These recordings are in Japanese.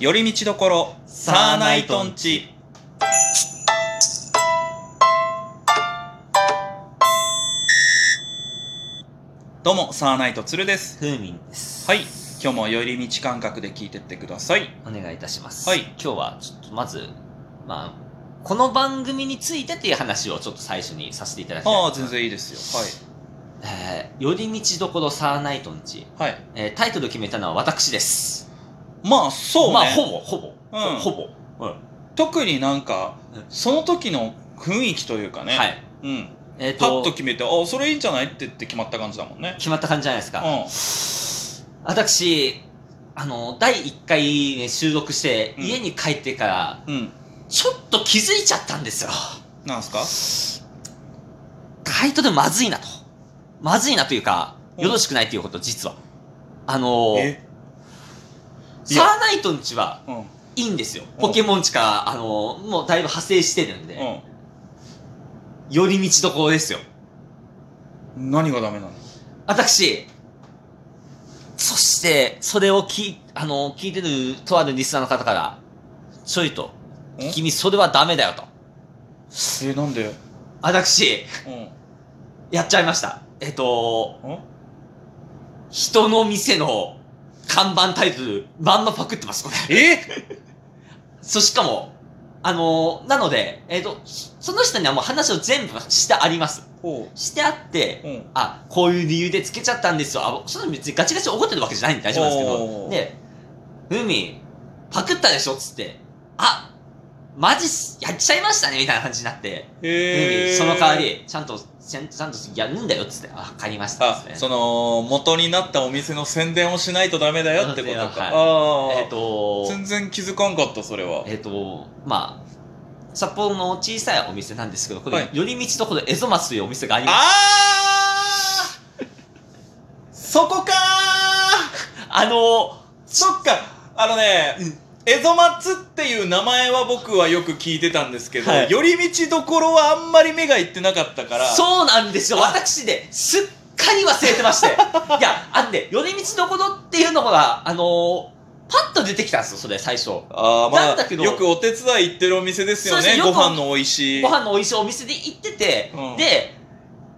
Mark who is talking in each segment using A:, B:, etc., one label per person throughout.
A: 寄り道どころサーナイトンチどうもサーナイトつるです
B: ふうみんです。
A: はい今日も寄り道感覚で聞いてってください
B: お願いいたします。
A: はい
B: 今日は、ちょっとまず、まあ、この番組についてっていう話をちょっと最初にさせていただきたい。
A: ああ全。然いいですよ
B: えー、寄り道どころサーナイトンち。
A: はいはい
B: えー、タイトル決めたのは私です。
A: まあそうね、
B: まあ、ほぼ、ほぼ。
A: うん
B: ほほぼ。うん。
A: 特になんか
B: うん
A: その時の雰囲気というかね、
B: はい。
A: うん、
B: えっ、
A: パッ
B: と
A: と決めてあそれいいんじゃないってって決まった感じだもんね
B: 決まった感じじゃないです
A: うん
B: か。私、あの、第1回、ね、収録して、
A: うん
B: 家に帰ってから、
A: うん
B: ちょっと気づいちゃったんですよ。
A: なんすか
B: タイトルまずいなと。まずいなというか、
A: うん
B: よろしくないということ、実は。あのー、
A: えい
B: サ
A: や
B: ーナイトンちは
A: うん
B: いいんですよ。
A: うん
B: ポケモンちか、あのー、もうだいぶ派生してるんで、
A: う
B: 寄り道どころですよ。
A: ん何がダメなの
B: 私、そして、それを聞い、あのー、聞いてるとあるリスナーの方から、ちょいと
A: うん、
B: 君それはダメだよと。
A: えなんで
B: 私、
A: うん
B: やっちゃいました。えっと、
A: うん
B: 人の店の看板タイトル、まんまパクってます、これ。
A: え
B: そう、しかも、あのーなので、えっ、と、しその人にはもう話を全部してあります。
A: ほ
B: してあって、
A: う。うん。
B: あ、こういう理由でつけちゃったんですよ。あ、その別にガチガチ怒ってるわけじゃないんで大丈夫なんです
A: おー
B: けど、で、海、パクったでしょつって、あ、マジっす、やっちゃいましたねみたいな感じになって、
A: へ
B: 海、その代わ。り、ちゃんと、ちゃんちゃんとやるんだよつって、あ、わかりました
A: あ
B: っ、つって
A: その、元になったお店の宣伝をしないとダメだよってことか。
B: は
A: あ
B: い
A: あ、
B: えっ、と、
A: 全然気づかんかった、それは。
B: えっ、と、まあ、札幌の小さいお店なんですけど、これ、
A: はい
B: 寄り道ところエゾマスというお店があります。
A: あーそこかー
B: あの
A: そっかあのね、
B: うん
A: エゾマツっていう名前は僕はよく聞いてたんですけど、
B: はい
A: 寄り道どころはあんまり目がいってなかったから。
B: そうなんですよ。私ね、すっかり忘れてまして。いや、あんで、寄り道どころっていうのが、あのーパッと出てきたんですよ、それ、最初。
A: ああ、ま
B: なんだ
A: あ、
B: けど
A: よくお手伝い行ってるお店ですよ
B: そうで
A: ね。
B: すよ
A: ご
B: く
A: 飯の美味しい。
B: ご飯の美味しいお店で行ってて、
A: うん
B: で、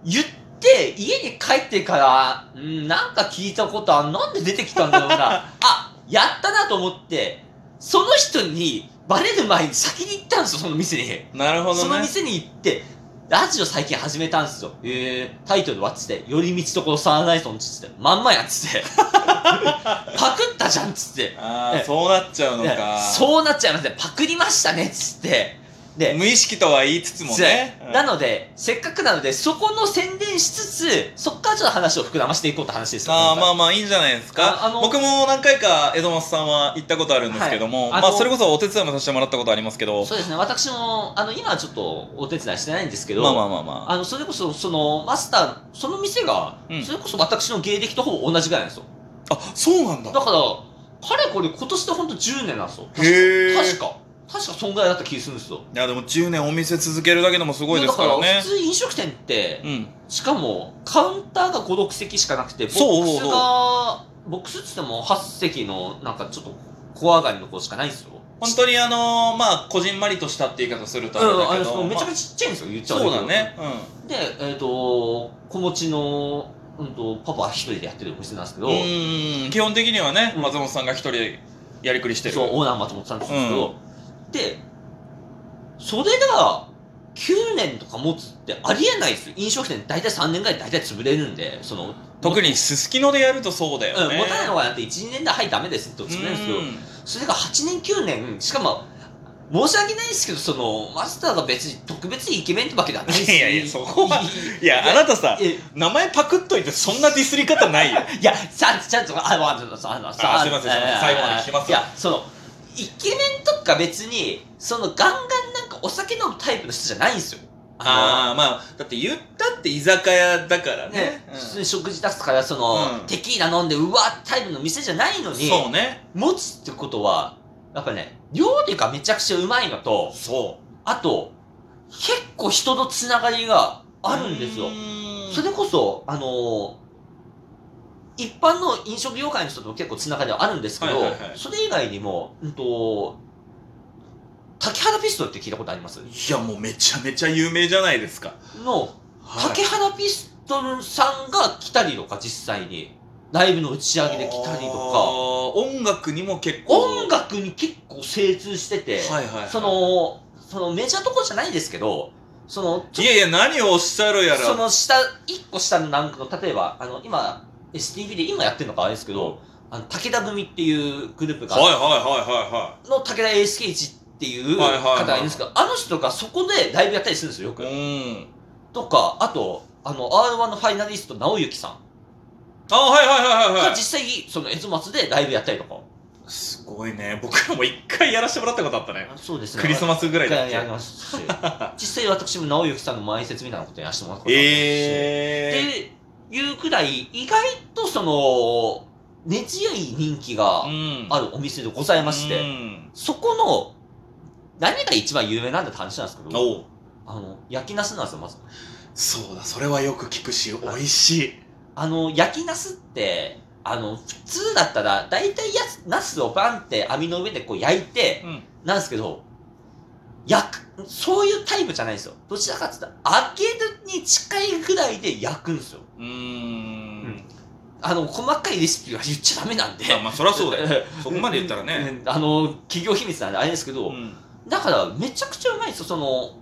B: 言って、家に帰ってから、うん、なんか聞いたことは、なんで出てきたんだろうな。 あ、やったなと思って、その人にバレる前に先に行ったんですよ、その店に。
A: なるほ
B: そ
A: ど
B: の
A: ね。
B: 店に行って、ラジオ最近始めたんですよ。えー、タイトルはっつって、寄り道ところサーナイトンっつって、まんまやっつ って。パクったじゃんっつって。
A: ああ、
B: え
A: そうなっちゃうのか。
B: そうなっちゃいましたね。パクりましたねっつって。で、
A: 無意識とは言いつつもね。
B: なので、せっかくなので、そこの宣伝しつつ、そこからちょっと話を膨らましていこうって話ですよ。
A: ああ
B: 今
A: ま
B: 回
A: あまあいいんじゃないです
B: ああ
A: か
B: の
A: 僕も何回か江戸松さんは行ったことあるんですけども、
B: はいあ
A: ま
B: の
A: あそれこそお手伝いもさせてもらったことありますけど
B: そうですね、私も、あの、今はちょっとお手伝いしてないんですけど、
A: まあまあまあまあ
B: あの、それこそ、その、マスター、その店が、
A: うん
B: それこそ私の芸歴とほぼ同じぐらいなんですよ。
A: あそうなんだ
B: だから、かれこれ今年でほんと10年なんですよ。
A: へえ
B: 確か。確かそんぐらいだった気がするんですよ。
A: いやでも10年お店続けるだけでもすごいですから
B: いやだ
A: ね
B: 普通飲食店って
A: う、ん
B: しかも、カウンターが5、6席しかなくて、ボックスが、
A: そうそう
B: ボックスっつっても8席の、なんかちょっと、小上がりの子しかないんですよ。
A: 本当にあのー、まあこじんまりとしたって言い方するとあれ
B: うん、あ
A: だけ
B: の
A: ど、
B: そうめちゃ
A: ま
B: めちゃちっちゃいんですよ、言っ
A: あ
B: ちゃ
A: そう
B: け
A: だ
B: ど
A: ねうん
B: で、えっ、と、子持ちの、うんと、パパ一人でやってるお店なんですけど、
A: うーん基本的にはね、
B: うん
A: 松本さんが一人でやりくりしてる
B: そう、オーナー松本さんって言うんですけど、で、それが、9年とか持つってありえないですよ。飲食店大体3年ぐらいで大体潰れるんで、その、
A: 特にすすきのでやるとそうだよ
B: うん、
A: ね、
B: 持たないのがだって1、2年ではいダメですって潰れるんですけど、
A: うん
B: それが8年9年しかも申し訳ないですけどそのマスターが別に特別にイケメンってわけではないし
A: いやいやそこはいやあなたさ
B: え
A: 名前パクっといてそんなディスり方ないよ
B: いやさあちゃんとあああのさあのさ
A: あすいませんすいません最後まで聞きます
B: いやそのイケメンとか別にそのガンガンなんかお酒飲むタイプの人じゃないんですよ
A: ああまあだって言ったって居酒屋だから
B: の
A: ね
B: ね、
A: うん
B: 普通に食事出すからその、
A: うん
B: テキーラ飲んでうわタイプの店じゃないのに
A: そうね
B: 持つってことはやっぱね料理がめちゃくちゃうまいのと
A: そう
B: あと、結構人のつながりがあるんです
A: う。
B: よ
A: ーん
B: それこそ、あのー一般の飲食業界の人と結構つながりはあるんですけど、
A: はいはいはい
B: それ以外にも、うんと、竹原ピストルって聞いたことあります
A: いやもうめちゃめちゃ有名じゃないですか、
B: の、竹原ピストルさんが来たりとか、実際に。ライブの打ち上げで来たりとか、
A: あー音楽にも結構
B: 音楽に結構精通してて、
A: はいはいはい
B: その、そのメジャーどころじゃないですけど、その、
A: いやいや何をおっしゃるやら
B: その下、一個下のランクの、例えば、あの、今、STV で今やってるのかあれですけど、あの、武田組っていうグループが、
A: はいはいはいはいは
B: の武田 ASK1 っていう
A: はいはいはい
B: 方がいるんですけど、あの人がそこでライブやったりするんですよ、よく。
A: いうん
B: とか、あと、あの、R1 のファイナリスト、直行さん
A: あはいはいはいはいは
B: が実際、その、越松でライブやったりとか。
A: いすごいね僕らも一回やらせてもらったことあったね
B: そうですね。
A: クリスマスぐらいだっ
B: やり
A: け
B: ますし、実際私も直行さんの前説みたいなことやらせてもらったことあるんですし。
A: ええ
B: っていうくらい、意外とその、根強い人気が、
A: うん
B: あるお店でございまして、
A: うん
B: そこの、何が一番有名なんだって話なんですけど、
A: おう
B: あの、焼きナスなんですよ、まず。
A: そうだそれはよく聞くし美味しい
B: あの、焼きナスって、あの、普通だったら、大体やす、ナスをバンって網の上でこう焼いて、
A: うん
B: なんですけど、焼く、そういうタイプじゃないんですよ。どちらかって言ったら、揚げるに近いぐらいで焼くんですよ。
A: うーん
B: あの、細かいレシピは言っちゃダメなんで。
A: まあまあそりゃそうだよそこまで言ったらね
B: うん。あの、企業秘密なんであれですけど、
A: うん
B: だから、めちゃくちゃうまいんですよ。その、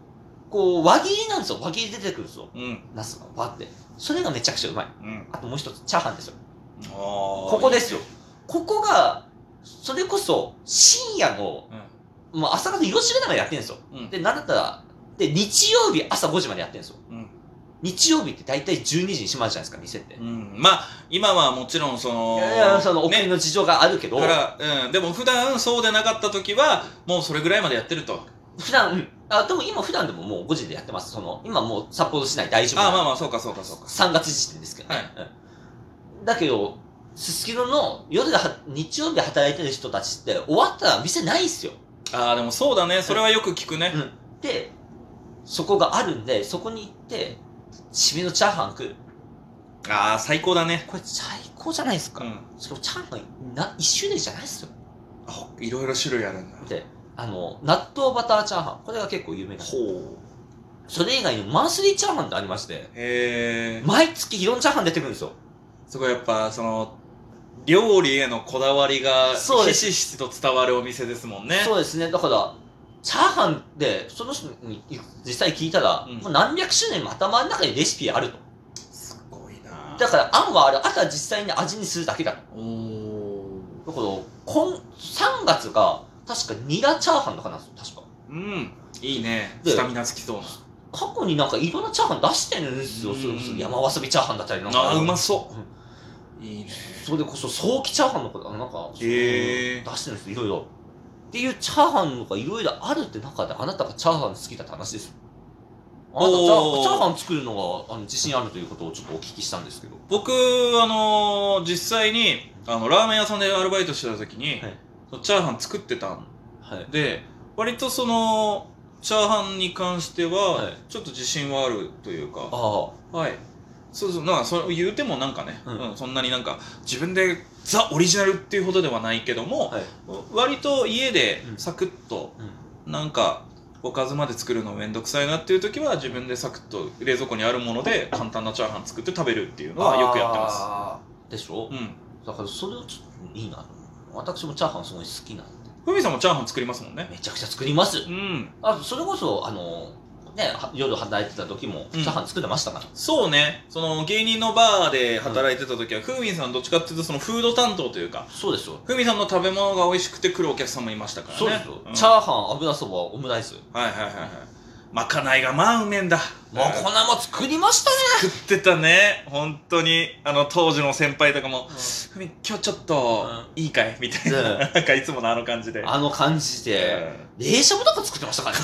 B: こう、輪切りなんですよ。輪切り出てくるんですよ。
A: うん
B: ナスがバって。それがめちゃくちゃうまい。
A: うん
B: あともう一つ、チャーハンですよ。
A: あ
B: こ
A: こ
B: こですよ。ここが、それこそ、深夜の、もう朝方4時ぐらいまでやってるんですよ。
A: うん
B: で、なんだったら、で、日曜日朝5時までやってるんですよ。
A: うん
B: 日曜日って大体12時に閉まるじゃないですか、店って。
A: うんまあ今はもちろんそ
B: い
A: の
B: やいや、その、お金
A: ね
B: の事情があるけど、
A: だから、うん、でも普段そうでなかった時はもうそれぐらいまでやってると
B: 普段、うんあ、でも今普段でももう5時でやってます。その、今もう札幌市内大丈夫
A: あ
B: な
A: あ
B: んで
A: まあまあそうかそうかそうか
B: 3月時点ですけどね、
A: はい
B: うんだけどすすきのの夜では日曜日働いてる人たちって終わったら店ないっすよ
A: ああでもそうだねそれはよく聞くね、
B: でそこがあるんでそこに行って締めのチャーハン食う
A: ああ最高だね
B: これ最高じゃないです
A: う
B: か、
A: ん
B: しかもチャーハンな1種類じゃないっすよ
A: あいろいろ種類あるんだ
B: であの納豆バターチャーハンこれが結構有名な
A: ほう
B: それ以外にもマンスリーチャーハンってありまして
A: へえ
B: 毎月いろんなチャーハン出てくるんですよ
A: すごいやっぱその料理へのこだわりが
B: そうで
A: ひ
B: す
A: しひしと伝わるお店ですもんね
B: そうですね。だから、チャーハンって、その人に実際聞いたら、
A: うん
B: もう何百種類も頭の中にレシピあると。
A: すごいな
B: だから、あんはある。あとは実際に味にするだけだと。
A: おお
B: だから、今、3月が、確かニラチャーハンとかなんですよ、確か。
A: うんいいね
B: で
A: スタミナつきそうな
B: 過去になんかいろんなチャーハン出してるんですよ。
A: うん
B: それこそ山わさびチャーハンだったりなんか。
A: ああーうまそう、いいね
B: それこそ早期チャーハンのこと、なんか、
A: へー
B: 出してるんですよ、いろいろ。っていうチャーハンとかいろいろあるって中で、あなたがチャーハン好きだって話ですよ。あなたチャ
A: お
B: ー
A: ー
B: チャーハン作るのがあの自信あるということをちょっとお聞きしたんですけど。
A: 僕あのー実際にあのラーメン屋さんでアルバイトしてた時に、
B: はい
A: そのチャーハン作ってたん
B: はい。
A: で割とそのチャーハンに関しては、
B: はい
A: ちょっと自信はあるというか
B: あ
A: はいそうそうなんかそれ言うてもなんかね、
B: うん
A: うんそんなになんか自分でザ・オリジナルっていうほどではないけど
B: あ。
A: も、
B: はい。
A: 割と家で
B: うん
A: サクッと
B: うん
A: なんかおかずまで作るのめんどくさいなっていう時は自分でサクッと冷蔵庫にあるもので簡単なチャーハン作って食べるっていうのはよくやってます
B: す。でしょ、
A: うん
B: だからそれをちょっといいなと思う。私もチャーハンすごい好きなんで。
A: ふみさんもチャーハン作りますもんね
B: めちゃくちゃ作ります。
A: うん
B: あそれこそ、あの、ね、は夜働いてた時も、
A: う
B: チ
A: ん
B: ャーハン作ってましたから。
A: そうねその芸人のバーで働いてた時は、ふみさんどっちかっていうとそのフード担当というか
B: そうですよ。
A: ふみさんの食べ物が美味しくて来るお客さんもいましたからね
B: そうですよ。
A: ん
B: チャーハン、油そば、オムライス。
A: はいはいはいはいまかないがまあうめんだ
B: もうこんなもん作りましたね。
A: 食ってたね本当にあの当時の先輩とかも「ふみ今日ちょっといいかい?」みたいな、
B: う
A: なんかいつものあの感じで、
B: あの感じで、冷しゃぶとか作ってましたからね。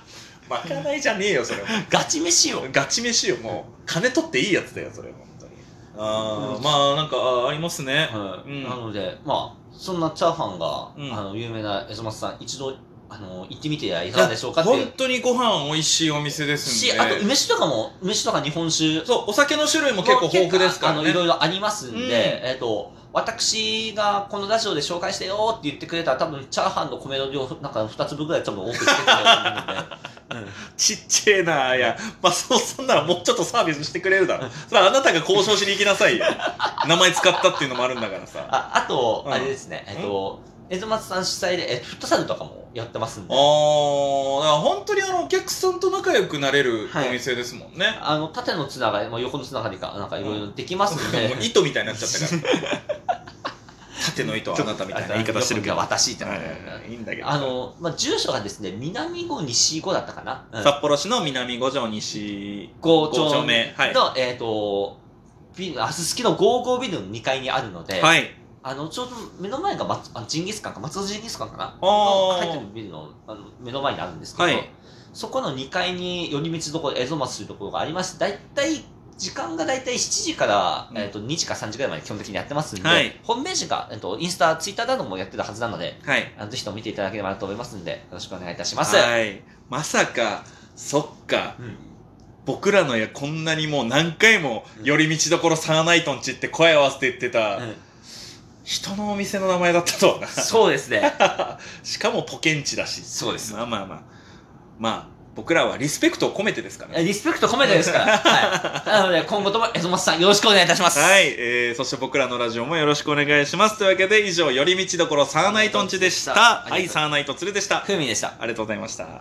A: うんまかないじゃねえよそれは
B: ガチ飯を。
A: ガチ飯よもう金取っていいやつだよそれは本当にああ、
B: うん
A: まあなんかあーありますね、
B: はい
A: うん
B: なので、まあ、そんなチャーハンが、
A: うん
B: あの有名な江戸松さん、一度あの、行ってみてはいかがでしょうかってい
A: 本
B: う。
A: 当にご飯美味しいお店です
B: し、
A: んで。
B: あと、梅酒とかも、梅酒とか日本酒
A: そう、お酒の種類も結構豊富ですから
B: あの、いろ
A: ね。
B: いろありますんで、
A: うん
B: えっ、と、私がこのラジオで紹介してよって言ってくれたら、多分、チャーハンの米の量、なんか2粒ぐらい多分多くしてくれると 思うので。
A: ちっちゃいなあいや、まあ、そう、そんならもうちょっとサービスしてくれるだろ。それはあなたが交渉しに行きな さいよ。名前使ったっていうのもあるんだからさ。あ
B: ああと、
A: うん
B: あれですね、えっ、と、江戸松さん主催で、えっとフットサルとかもやってますんで
A: あ、ー、だから本当にあの、お客さんと仲良くなれる
B: はい
A: お店ですもんね。
B: あの、縦のつながり、まあ、横のつながりか、なんかいろいろできますんで、
A: もう糸みたい になっちゃったから。 縦の糸はあなたみたいな言い方してるけど。
B: あ 私ってなる
A: はいいいんだけど。
B: あの、まあ、住所がですね、南郷、西郷だったかな。うん
A: 札幌市の南五条西
B: 五
A: 五
B: 丁
A: 丁
B: 目
A: 目はい
B: の、えっ、と、ビル、あすすきの55ビルの2階にあるので、
A: はい。
B: あの、ちょうど目の前が松あジンギスカンか、松戸ジンギスカンかなの
A: あ
B: 入って
A: ー
B: るビルのあの目の前にあるんですけど、
A: はい
B: そこの2階に寄り道どころ、蝦夷松というところがありまして、だいたい時間がだいたい7時から、
A: うん
B: えっと2時か3時ぐらいまで基本的にやってますんで、
A: はい
B: ホームページが、えっとインスタ、ツイッターなどもやってたはずなので、
A: はい。
B: あのぜひとも見ていただければなと思いますんで、よろしくお願いいたします。
A: はい。まさか、そっか。
B: うん
A: 僕らのやこんなにもう何回も寄り道どころサーナイトンちって声合わせて言ってた
B: うん
A: 人のお店の名前だったとはな
B: そうですね。
A: しかもポケンチだし
B: そうです
A: まあまあまあまあ僕らはリスペクトを込めてですからね
B: リスペクト込めてですから。はい。なので、今後とも、江戸松さん、よろしくお願いいたします。
A: はい、えー、そして僕らのラジオもよろしくお願いしますというわけで以上寄り道どころサーナイトンちでした
B: あ
A: は
B: り
A: い
B: がと
A: サーナイトツルでした
B: ふうみんでした。
A: ありがとうございました